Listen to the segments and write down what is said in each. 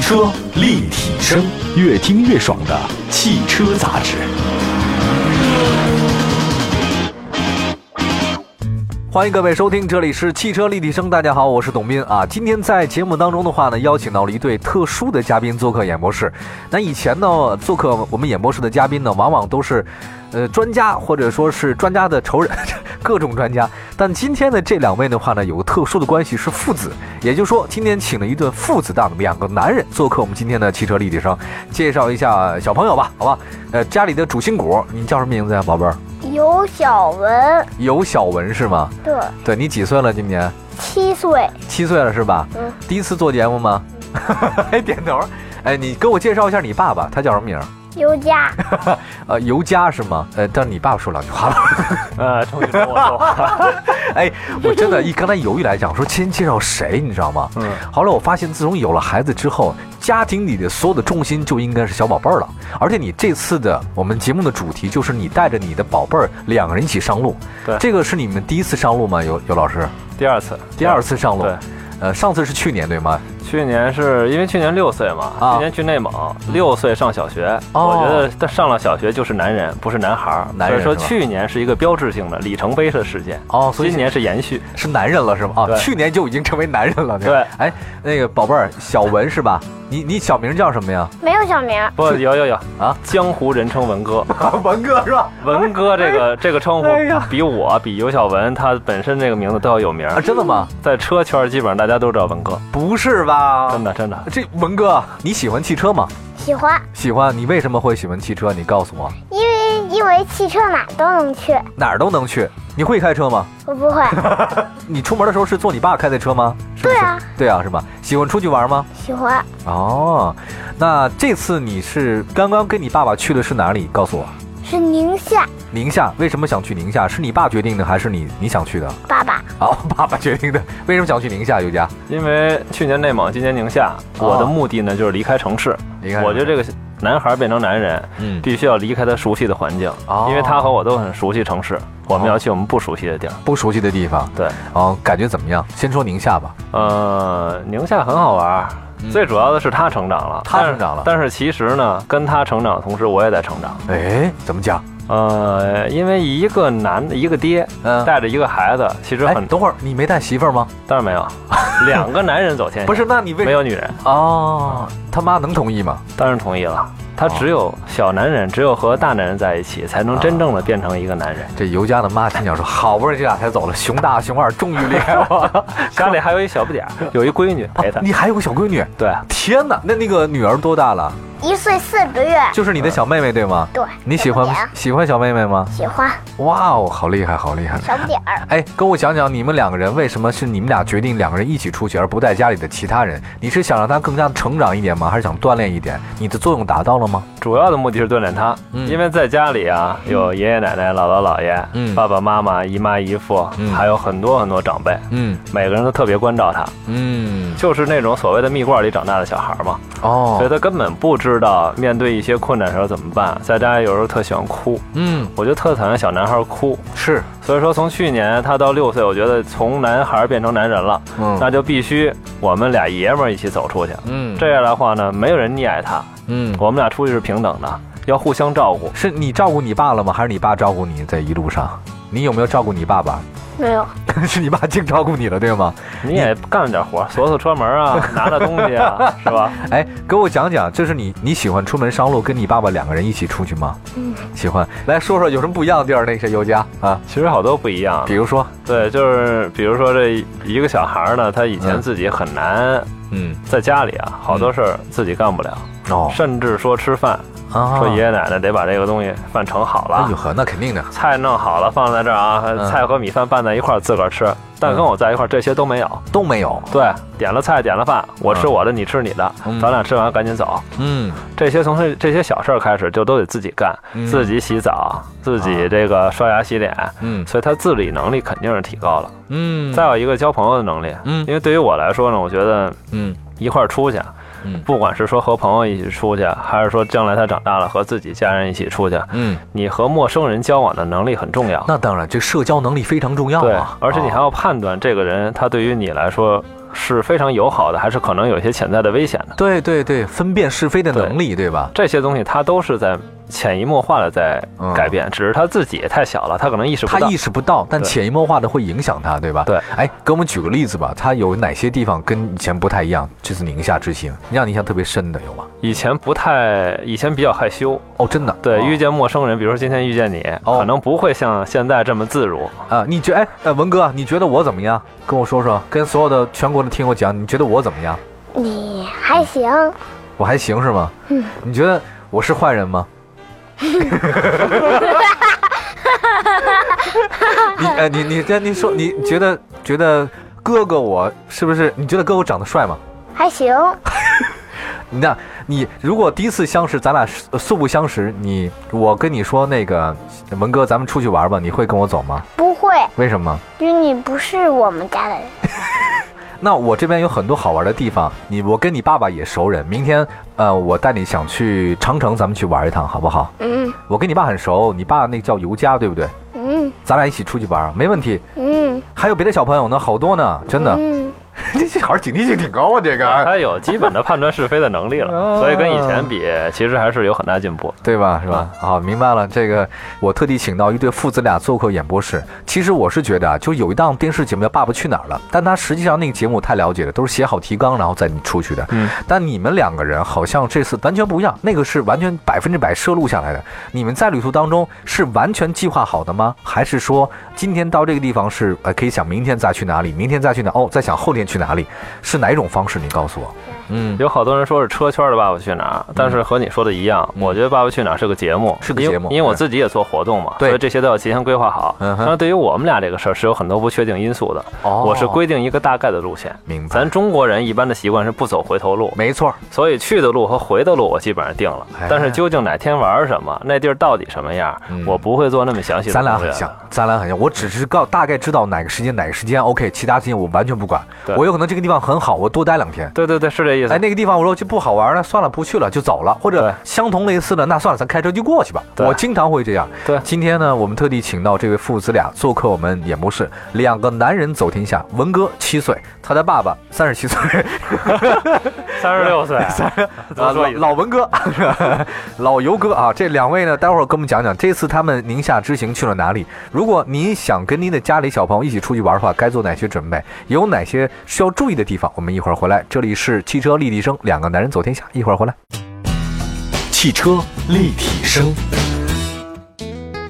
车立体声，越听越爽的汽车杂志。欢迎各位收听，这里是汽车立体声。大家好，我是董斌啊。今天在节目当中的话呢，邀请到了一对特殊的嘉宾做客演播室。那以前呢，做客我们演播室的嘉宾呢，往往都是，呃，专家或者说是专家的仇人，各种专家。但今天呢，这两位的话呢，有个特殊的关系是父子，也就是说，今天请了一对父子档，两个男人做客我们今天的汽车立体声。介绍一下小朋友吧，好吧？呃，家里的主心骨，你叫什么名字呀、宝贝儿？有小文，有小文是吗？对，对你几岁了？今年？七岁，七岁了是吧？嗯，第一次做节目吗？嗯 还点头。哎，你给我介绍一下你爸爸，他叫什么名儿？尤佳，呃，尤佳是吗？呃，但你爸爸说两句话了。呃，终于轮我说话。 哎，我真的，一刚才犹豫来讲，说先介绍谁，你知道吗？嗯，后来我发现，自从有了孩子之后，家庭里的所有的重心就应该是小宝贝儿了。而且你这次的我们节目的主题就是你带着你的宝贝儿两个人一起上路。对这个是你们第一次上路吗？尤尤老师，第二次，第二次上路。对，呃，上次是去年对吗？去年是因为去年六岁嘛，啊去年去内蒙，六岁上小学，哦我觉得他上了小学就是男人，不是男孩儿。男人所以是吧说去年是一个标志性的里程碑式的事件，哦，所以今年是延续。是男人了是吗？啊，对去年就已经成为男人了。对，哎，那个宝贝儿小文是吧？你你小名叫什么呀？没有小名儿，不，有有有 啊，江湖人称文 哥， 文哥是吧？文哥这个这个称呼哎呀比我比尤小文他本身这个名字都要有名儿啊，，真的吗？在车圈儿基本上大家都知道文哥，不是吧？真的真的。这文哥，你喜欢汽车吗？喜欢，喜欢，你为什么会喜欢汽车？你告诉我，因为因为汽车哪儿都能去，哪儿都能去。你会开车吗？我 不会，你出门的时候是坐你爸开的车吗？是不是对啊，对啊，是吧？喜欢出去玩吗？喜欢，哦，那这次你是刚刚跟你爸爸去的是哪里？告诉我，是宁夏宁夏。为什么想去宁夏？是你爸决定的，还是你你想去的？爸爸，好， 爸爸决定的。为什么想去宁夏？尤佳，因为去年内蒙，今年宁夏，哦我的目的呢就是离开城市。离开我觉得这个男孩变成男人，嗯，必须要离开他熟悉的环境，哦因为他和我都很熟悉城市，我们哦要去我们不熟悉的地儿。不熟悉的地方，对，哦，感觉怎么样？先说宁夏吧。呃，宁夏很好玩儿嗯，最主要的是他成长了，他但是成长了但是其实呢，跟他成长的同时，我也在成长。哎，怎么讲？呃，因为一个男一个爹嗯带着一个孩子，其实哎，很，等会儿你没带媳妇儿吗？当然没 有，两个男人走天下，不是，那你为没有女人，哦，他妈能同意吗？当然同意了。他只有小男人，只有和大男人在一起，才啊能真正的变成一个男人。这尤佳的妈心想说，好不容易这俩才走了，熊大熊二终于离开我了。家里还有一小不点儿，有一闺女陪他。你还有个小闺女，对，天哪！那那个女儿多大了？一岁四个月，就是你的小妹妹对吗？对，你喜小不点欢儿喜欢小妹妹吗？喜欢哇哦，好厉害，好厉害！小不点儿，哎，跟我讲讲你们两个人为什么是你们俩决定两个人一起出去，而不带家里的其他人？你是想让他更加成长一点吗？还是想锻炼一点？你的作用达到了吗？主要的目的是锻炼他，嗯因为在家里啊，有爷爷奶奶、姥姥姥爷、嗯爸爸妈妈、姨妈姨父，嗯还有很多很多长辈，嗯每个人都特别关照他，嗯，就是那种所谓的蜜罐里长大的小孩嘛，所以哦，他根本不知道面对一些困难的时候怎么办。在家有时候特喜欢哭，嗯，我就特讨厌小男孩哭，是，所以说从去年他到六岁，我觉得从男孩变成男人了，那嗯就必须我们俩爷们儿一起走出去。嗯，这样的话呢，没有人溺爱他，嗯，我们俩出去是平等的，要互相照顾。是你照顾你爸了吗？还是你爸照顾你在一路上？你有没有照顾你爸 爸？没有，是你爸净照顾你了，对吗？你也干了点活，锁锁车门 啊，拿拿东西啊，是吧？哎，给我讲讲，就是你你喜欢出门上路，跟你爸爸两个人一起出去吗？嗯，喜欢。来说说有什么不一样的地儿？那是尤佳啊，其实好多不一样比。如说，对，就是比如说这一个小孩儿呢，他以前嗯自己很难嗯，在家里啊，好多事儿自己干不了，哦，甚至说吃饭，啊说爷爷奶奶得把这个东西饭盛好哎呦了。呵，那肯定的。菜弄好了，放在这儿啊，菜和米饭拌在一块儿自个儿吃。但跟我在一块儿，这些都没有。都没有。嗯对，点了菜，点了饭，我吃我的，你吃你的嗯，咱俩吃完赶紧走。嗯，这些从这这些小事儿开始，就都得自己干，嗯啊自己洗澡，自己这个刷牙洗脸，嗯所以他自理能力肯定是提高了。嗯，再有一个交朋友的能力，嗯因为对于我来说呢，我觉得嗯一块儿出去，嗯不管是说和朋友一起出去，还是说将来他长大了和自己家人一起出去，嗯，你和陌生人交往的能力很重要。那当然，这社交能力非常重要对啊，。而且你还啊要判断这个人他对于你来说是非常友好的，还是可能有一些潜在的危险的。对对对，分辨是非的能力，对吧？这些东西它都是在潜移默化的在改变，只是他自己太小了，他可能意识不他到嗯意。识不到，但对潜移默化的会影响他，对吧？对哎，给我们举个例子吧，他有哪些地方跟以前不太一样？这次宁夏之行让你印象特别深的有吗？以前不太，以前比较害羞，哦，真的，对，哦遇见陌生人，比如说今天遇见你，哦可能不会像现在这么自如。啊，你觉哎，呃，文哥，你觉得我怎么样？跟我说说，跟所有的全国的听友讲，你觉得我怎么样？你还行，我还行是吗？嗯，你觉得我是坏人吗？你呃，你你跟你说，你觉得觉得哥哥我是不是？你觉得哥哥长得帅吗？还行，你那，你如果第一次相识，咱俩是呃素不相识，你我跟你说那个文哥，咱们出去玩吧，你会跟我走吗？不会，为什么？因为你不是我们家的人。那我这边有很多好玩的地方，你我跟你爸爸也熟人。明天，呃，我带你想去长城，咱们去玩一趟，好不好？嗯我跟你爸很熟，你爸那叫尤佳，对不对？嗯咱俩一起出去玩，没问题。嗯，还有别的小朋友呢，好多呢，真的。嗯， 这小孩警惕性挺高啊，这个，他有基本的判断是非的能力 啊了，所以跟以前比，其实还是有很大进步。对吧？是吧？好，明白了。这个我特地请到一对父子俩做客演播室。其实我是觉得啊，就有一档电视节目叫《爸爸去哪儿了》，但他实际上那个节目我太了解了，都是写好提纲然后再你出去的。嗯，但你们两个人好像这次完全不一样，那个是完全百分之百摄录下来的。你们在旅途当中是完全计划好的吗？还是说今天到这个地方是呃可以想明天再去哪里，明天再去哪哦，再想后天去哪里，是哪一种方式？你告诉我。嗯，有好多人说是车圈的《爸爸去哪儿》，但是和你说的一样，我觉得《爸爸去哪儿》是个节目，嗯是个因为节目因为我对自己也做活动嘛，对所以这些都要提前规划好。嗯哼但是对于我们俩这个事儿是有很多不确定因素的，哦我是规定一个大概的路线。明白咱中国人一般的习惯是不走回头路，没错儿，所以去的路和回的路我基本上定了哎。但是究竟哪天玩什么，那地儿到底什么样嗯，我不会做那么详细的咱攻俩略的。很像，咱俩很像。我只是告大概知道哪个时间哪个时间，OK，其他时间我完全不管。对我有可能这个地方很好，我多待两天。对对对，是这意思哎，。那个地方我说就不好玩了，算了，不去了，就走了，或者对相同类似的，那算了，咱开车就过去吧。对我经常会这样。对今天呢，我们特地请到这位父子俩做客我们演播室，两个男人走天下。文哥七岁，他的爸爸三十七岁，三 十六岁，啊多老说一次老文哥， 老游哥啊，这两位呢，待会儿跟我们讲讲这次他们宁夏之行去了哪里。如果您想跟您的家里小朋友一起出去玩的话，该做哪些准备，有哪些需要注意的地方？我们一会儿回来。这里是汽车立体声，两个男人走天下，一会儿回来。汽车立体声，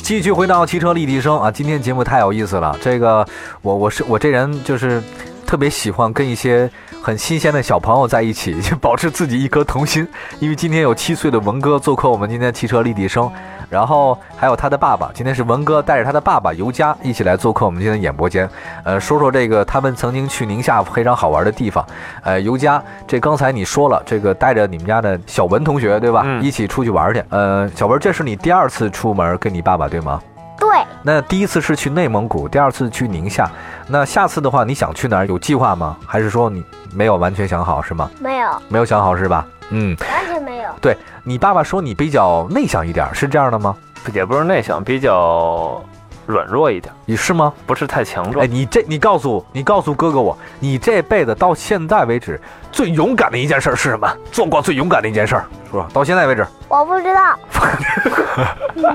继续回到汽车立体声啊，今天节目太有意思了。这个我我是我这人就是特别喜欢跟一些很新鲜的小朋友在一起， 就保持自己一颗童心。因为今天有七岁的文哥做客我们今天汽车立体声，然后还有他的爸爸，今天是文哥带着他的爸爸尤佳一起来做客我们今天的演播间，呃，说说这个他们曾经去宁夏非常好玩的地方。呃，尤佳，这刚才你说了，这个带着你们家的小文同学对吧，嗯一起出去玩去。呃，小文，这是你第二次出门跟你爸爸对吗？对，那第一次是去内蒙古，第二次去宁夏。那下次的话，你想去哪儿？有计划吗？还是说你没有完全想好是吗？没有，没有想好是吧？嗯，完全没有。对你爸爸说你比较内向一点儿，是这样的吗？也不是内向，比较软弱一点，你是吗？不是太强哎，壮。你这你告诉你告诉哥哥我，你这辈子到现在为止最勇敢的一件事儿是什么？做过最勇敢的一件事儿，是吧？到现在为止，我不知道，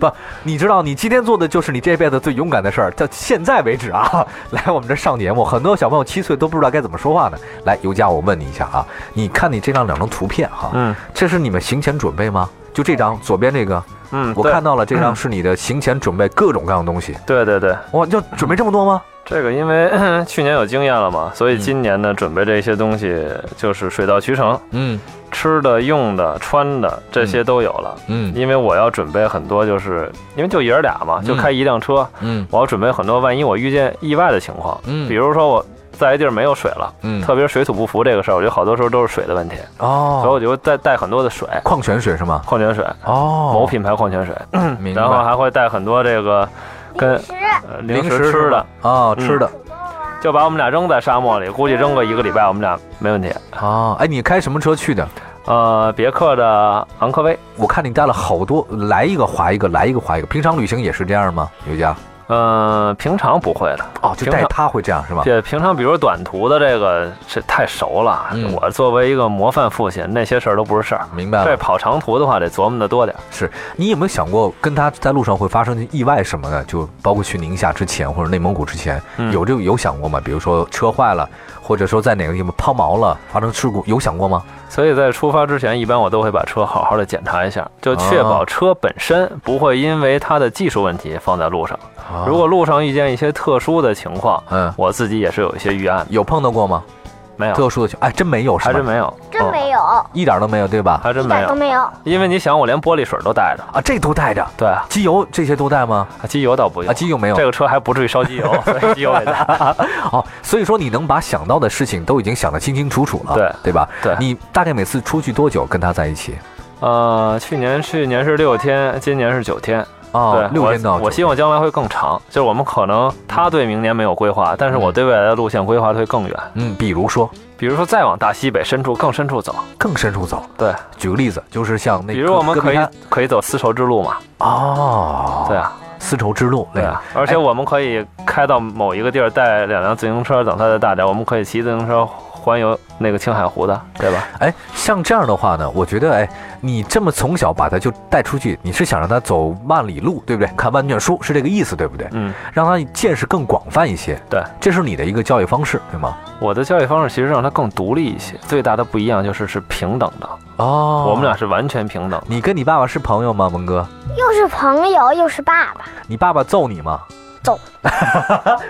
不，你知道，你今天做的就是你这辈子最勇敢的事儿。到现在为止啊， 来我们这上节目，很多小朋友七岁都不知道该怎么说话呢。来，尤佳，我问你一下啊，你看你这张两张图片哈，嗯这是你们行前准备吗？就这张左边这个，嗯，我对看到了，这张是你的行前准备各种各样的东西。对对对，哇，就准备这么多吗？这个因为嗯去年有经验了嘛，所以今年呢准备这些东西就是水到渠成，嗯吃的、用的、穿的这些都有了。嗯因为我要准备很多，就是因为就爷儿俩嘛，就开一辆车，嗯我要准备很多，万一我遇见意外的情况，嗯比如说我在一地儿没有水了，嗯，特别是水土不服这个事儿，我觉得好多时候都是水的问题，所以哦，我就带带很多的水，矿泉水是吗？矿泉水，哦，某品牌矿泉水，明白然后还会带很多这个跟是呃零零食吃是吧的，哦，嗯吃的就把我们俩扔在沙漠里，估计扔个一个礼拜，我们俩没问题。哦，哎，你开什么车去的？呃，别克的昂科威，我看你带了好多，来一个划一个，来一个划一个。平常旅行也是这样吗？尤佳？呃，平常不会了。哦，就平带常他会这样是吗？对，平常比如短途的这个，这太熟了。嗯啊我作为一个模范父亲，那些事儿都不是事儿。明白这了，跑长途的话，得琢磨的多点儿。是你有没有想过跟他在路上会发生意外什么的？就包括去宁夏之前或者内蒙古之前，嗯有这个有想过吗？比如说车坏了，或者说在哪个地方抛锚了，发生事故，有想过吗？所以在出发之前，一般我都会把车好好的检查一下，就哦确保车本身不会因为它的技术问题放在路上。哦啊如果路上遇见一些特殊的情况，嗯，我自己也是有一些预案的。有碰到过吗？没有，特殊的情，哎，真没有是还真吗？没有，真嗯没有，一点都没有，对吧？还真一没点都有。没有。因为你想，我连玻璃水都带着。啊，这都带着，对啊，机油这些都带吗？机油倒不用。啊，机油没有这。个车还不至于烧机油，所以机油也带。哦，所以说你能把想到的事情都已经想得清清楚楚了，对 对吧？ 对 你大概每次出去多久跟他在一起？呃，去年去年是六天，今年是九天，哦对，，六我天到我九希望将来会更长，就是我们可能他对明年没有规划，但是嗯我对未来的路线规划会更远，嗯，比如说比如说再往大西北深处更深处走，更深入走，对，举个例子，就是像那比如我们戈可壁以滩可以走丝绸之路嘛，哦，对，啊，丝绸之路那对个哎啊，而且我们可以开到某一个地儿，带两辆自行车，等他再大点，我们可以骑自行车环游那个青海湖的，对 吧？哎，像这样的话呢，我觉得哎，你这么从小把他就带出去，你是想让他走万里路，对不对？看万卷书是这个意思，对不对？嗯，让他见识更广泛一些，对，这是你的一个教育方式，对吗？我的教育方式其实让他更独立一些，最大的不一样就是是平等的，哦我们俩，是完全平等的。你跟你爸爸是朋友吗，蒙哥？又是朋友又是爸爸，你爸爸揍你吗？揍。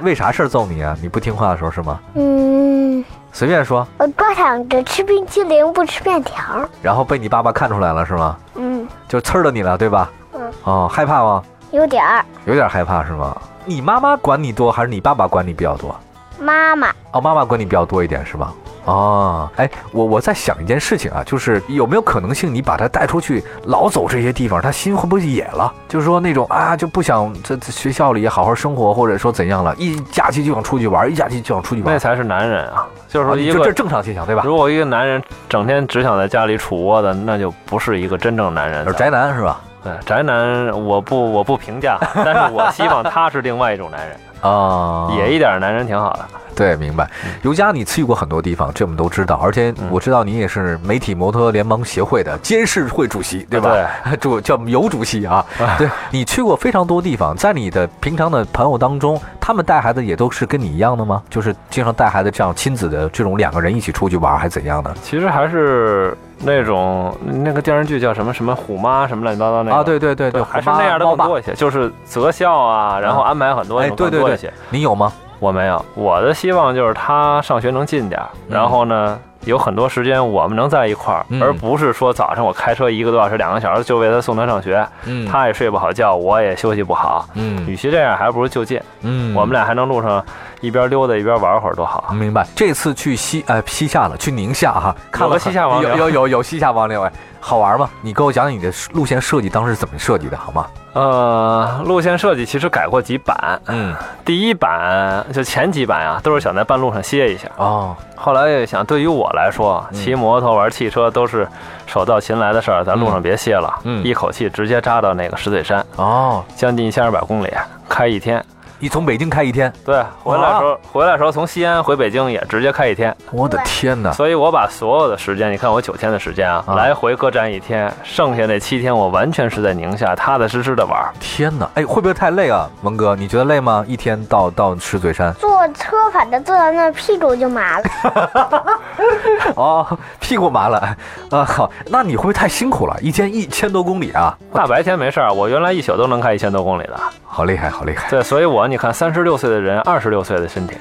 为啥事儿揍你啊？你不听话的时候是吗？嗯，随便说，我光想着吃冰淇淋不吃面条。然后被你爸爸看出来了是吗？嗯，就呲儿了你了，对吧？嗯。哦，害怕吗？有点儿。有点害怕是吗？你妈妈管你多还是你爸爸管你比较多？妈妈，，哦，妈妈管你比较多一点是吧？哦，哎，我我在想一件事情啊，就是有没有可能性你把他带出去，老走这些地方，他心会不会野了？就是说那种啊，就不想在在学校里好好生活，或者说怎样了，一假期就想出去玩，一假期就想出去玩那。才是男人啊！就嗯是啊说，你一就这个、正常现象对吧？如果一个男人整天只想在家里杵窝的，那就不是一个真正男人是。宅男是吧？对宅男，我不我不评价，但是我希望他是另外一种男人， 啊野一点的男人挺好的。对，明白。尤佳，你去过很多地方，这我们都知道，而且嗯我知道你也是媒体摩托联盟协会的监事会主席，对吧？ 主叫尤主席啊。对你去过非常多地方，在你的平常的朋友当中，他们带孩子也都是跟你一样的吗？就是经常带孩子这样亲子的这种两个人一起出去玩，还怎样的？其实还是那种那个电视剧叫什么什么虎妈什么乱七八糟那个啊，对对对对，虎还是妈那样的猫更爸，多一些，就是择校啊，然后安排很多哎种更对对多对一些。你有吗？我没有，我的希望就是他上学能近点儿，嗯然后呢，有很多时间我们能在一块儿，嗯而不是说早上我开车一个多小时、两个小时就为他送他上学，嗯他也睡不好觉，我也休息不好。嗯与其这样，还不如就近，嗯，我们俩还能路上一边溜达一边玩会儿多好。明白，这次去西呃西夏了，去宁夏哈，看有了个西夏王有陵有有 有西夏王陵哎，好玩吗？你给我讲讲你的路线设计当时是怎么设计的好吗？呃，路线设计其实改过几版，嗯，第一版就前几版啊，都是想在半路上歇一下。哦，后来也想，对于我来说，嗯骑摩托、玩汽车都是手到擒来的事儿，咱路上别歇了，嗯一口气直接扎到那个石嘴山，哦，将近千二百公里，开一天。你从北京开一天，对，回来的时候，回来的时候从西安回北京也直接开一天，我的天哪！所以我把所有的时间，你看我九天的时间啊，啊来回各占一天，剩下那七天我完全是在宁夏踏踏实实的玩 儿。天哪，哎，会不会太累啊，蒙哥？你觉得累吗？一天到到石嘴 山坐车反正坐到那儿屁股就 麻了。哦，屁股麻了，啊，好，那你会不会太辛苦了？一天一千多公里啊，大白天没事儿，我原来一宿都能开一千多公里的。好厉害，好厉害，对，所以我你看，三十六岁的人，二十六岁的身体，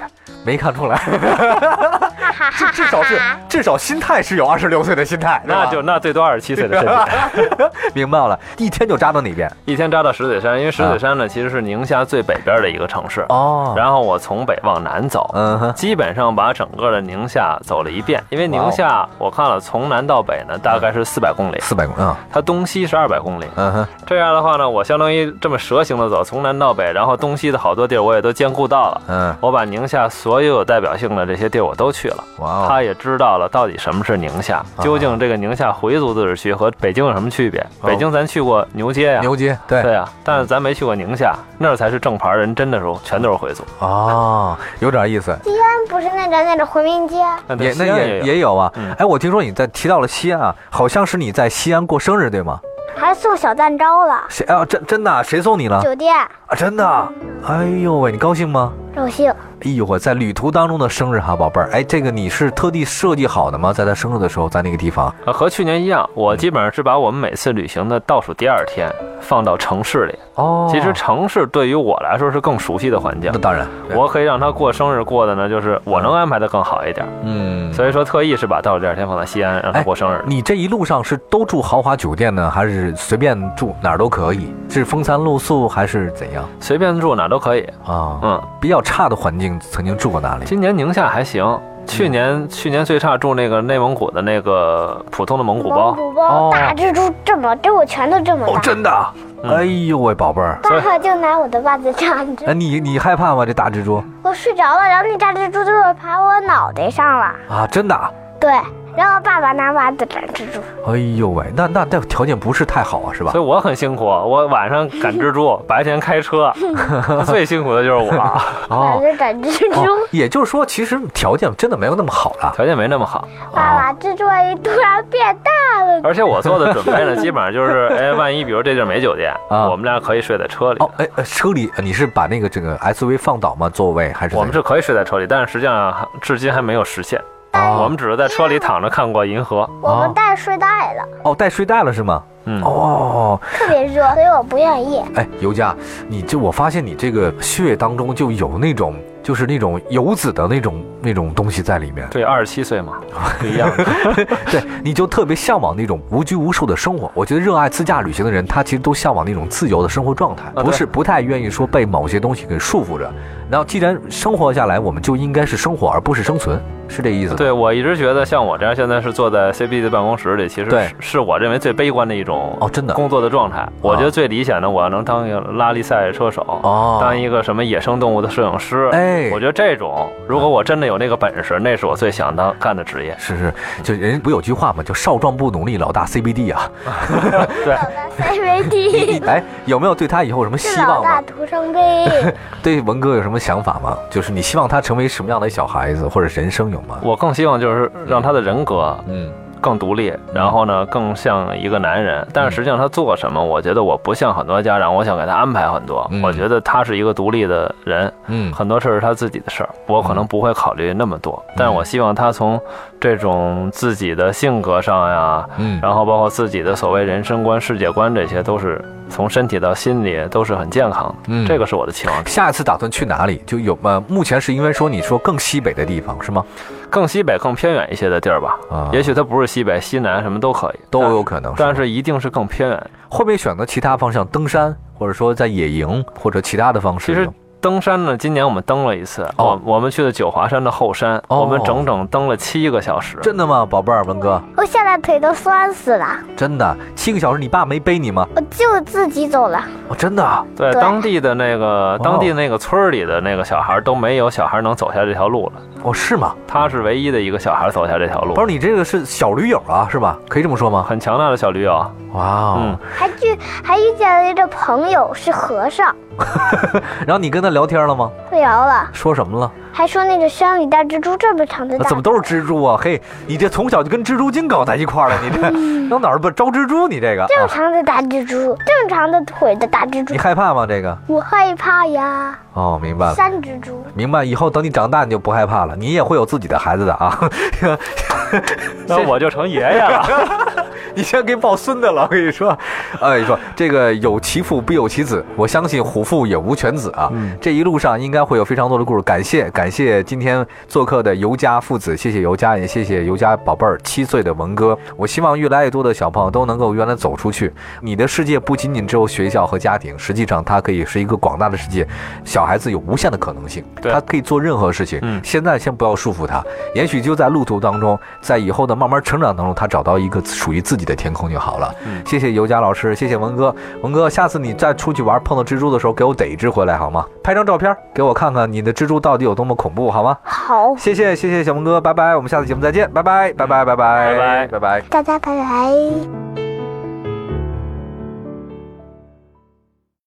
没看出 来，哈哈哈哈至少是至少心态是有二十六岁的心态，对吧那就那最多二十七岁的 身体。明白了，一天就扎到哪边一天扎到石嘴山，因为石嘴山呢、其实是宁夏最北边的一个城市。哦然后我从北往南走，嗯哼，基本上把整个的宁夏走了一遍。因为宁夏我看了从南到北呢，大概是四百公啊里，四百公里，哦嗯它东西是二百公里。嗯哼，这样的话呢，我相当于这么蛇形的走，从南到北，然后东西的好多地儿我也都兼顾到了。嗯我把宁夏所有有代表性的这些地儿我都去了，哇哦啊他也知道了到底什么是宁夏，究竟这个宁夏回族自治区和北京有什么区别？哦北京咱去过牛街呀、牛街对对啊，但是咱没去过宁夏，那儿才是正牌人，真的时候全都是回族。哦，有点意思，西安不是那个那个回民街？那也那西安也有也有啊嗯。哎，我听说你在提到了西安啊，好像是你在西安过生日对吗？还送小蛋糕了，谁啊？真真的啊谁送你了酒店啊？真的啊？哎呦喂，你高兴吗？肉兴。哎呦喂，在旅途当中的生日哈，宝贝儿，哎，这个你是特地设计好的吗？在他生日的时候，在那个地方呃和去年一样，我嗯基本上是把我们每次旅行的倒数第二天放到城市里。哦其实城市对于我来说是更熟悉的环境那，当然，对我可以让他过生日过的呢，就是我能安排的更好一点。嗯，所以说特意是把倒数第二天放在西安让他哎过生日。你这一路上是都住豪华酒店呢，还是随便住哪儿都可以？是风餐露宿还是怎样随便住哪儿都可以。啊？嗯，比较差的环境曾经住过哪里？今年宁夏还行，嗯去年、去年最差住那个内蒙古的那个普通的蒙古包蒙，古哦包、大蜘蛛这么，这我拳头这么哦，大，真的啊？嗯哎呦喂，宝贝儿，所以大就拿我的袜子扎哎，着，你你害怕吗？这大蜘蛛我睡着了，然后那大蜘蛛就爬我脑袋上了。啊，真的啊？对，然后爸爸拿袜子扎蜘蛛，哎呦喂，那那那条件不是太好啊，是吧所？以我很辛苦，我晚上赶 蜘蛛，白天开车，最辛苦的就是我，把哦。子扎蜘哦蛛。，也就是说，其实条件真的没有那么好了。条件没那么好。爸爸，哦蜘蛛阿姨突然变大了，而且我做的准备呢，基本上就是， 哎，万一比如这地儿没酒店，啊我们俩可以睡在车里。哦，哎，呃车里呃你是把那个这个 SUV 放倒吗？座位还是怎样？我们是可以睡在车里，但是实际上至今还没有实现。哦我们只是在车里躺着看过银河。我们带睡袋了，哦，带睡袋了是吗？嗯，哦，特别热，所以我不愿意。哎，尤佳，你这我发现你这个血液当中就有那种就是那种游子的那种那种东西在里面，对，二十七岁嘛，不哦 一样。对，你就特别向往那种无拘无束的生活。我觉得热爱自驾旅行的人，他其实都向往那种自由的生活状态，啊对不是不太愿意说被某些东西给束缚着。然后既然生活下来，我们就应该是生活，而不是生存，是这意思吗？对我一直觉得像我这样现在是坐在 CB 的办公室里，其实对是是我认为最悲观的一种哦真的啊工作的状态。我觉得最理想的，我要能当一个拉力赛车手，哦当一个什么野生动物的摄影师。哎我觉得这种，如果我真的有那个本事，那是我最想当干的职业。是是，就人不有句话嘛，叫少壮不努力，老大 CBD 啊。 对， C V D 哎，有没有对他以后有什么是希老望啊吗大？徒伤 悲。对文哥有什么想法吗？就是你希望他成为什么样的小孩子，或者人生有吗？我更希望就是让他的人格嗯，更独立，然后呢更像一个男人。嗯但是实际上他做什么，我觉得我不像很多家长，我想给他安排很多。嗯我觉得他是一个独立的人，嗯很多事儿是他自己的事儿，我可能不会考虑那么多，但我希望他从这种自己的性格上呀，嗯然后包括自己的所谓人生观、世界观，这些都是从身体到心理都是很健康的，嗯这个是我的期望。下一次打算去哪里？就有呃，目前是因为说你说更西北的地方是吗？更西北、更偏远一些的地儿吧，啊也许它不是西北、西南，什么都可以，都但有可能是但是一定是更偏远。会不会选择其他方向登山，或者说在野营或者其他的方式其呢？实登山呢，今年我们登了一次，哦我我们去的九华山的后山，哦我们整整登了七个小时。真的吗，宝贝儿，文哥，我现在腿都酸死了，真的七个小时，你爸没背你吗？我就自己走了。哦，真的啊，对对当地的那个哦当地那个村儿里的那个小孩儿都没有小孩儿能走下这条路了，哦，是吗？他是唯一的一个小孩儿走下这条路不，是你这个是小驴友啊，是吧？可以这么说吗？很强大的小驴友。哇哦嗯，，还遇还遇见了一个朋友是和尚，然后你跟他聊天了吗？会摇了，说什么了？还说那个山里大蜘蛛这么长的那大，啊怎么都是蜘蛛啊？嘿，你这从小就跟蜘蛛精搞在一块儿了，你 这到哪儿不招蜘蛛？你这个，正啊常的大蜘蛛，正常的腿的大蜘蛛你，害怕吗？这个？我害怕呀，哦，明白了。山蜘蛛。明白，以后等你长大你就不害怕了，你也会有自己的孩子的啊！那我就成爷爷 了。你先给抱孙子了，我跟你说，哎，你说这个有其父必有其子，我相信虎父也无犬子啊。嗯这一路上应该会有非常多的故事，感谢感谢今天做客的尤家父子，谢谢尤家，也谢谢尤家宝贝儿七岁的文哥。我希望越来越多的小朋友都能够原来走出去，你的世界不仅仅只有学校和家庭，实际上它可以是一个广大的世界，小孩子有无限的可能性，对他可以做任何事情。嗯现在先不要束缚他，也许就在路途当中，在以后的慢慢成长当中，他找到一个属于自己的。的天空就好了。谢谢尤佳老师，谢谢文哥，文哥，下次你再出去玩碰到蜘蛛的时候，给我逮一只回来好吗？拍张照片给我看看你的蜘蛛到底有多么恐怖好吗？好，谢谢谢谢小文哥，拜拜，我们下次节目再见，拜拜拜拜拜拜拜拜拜拜。大家拜拜。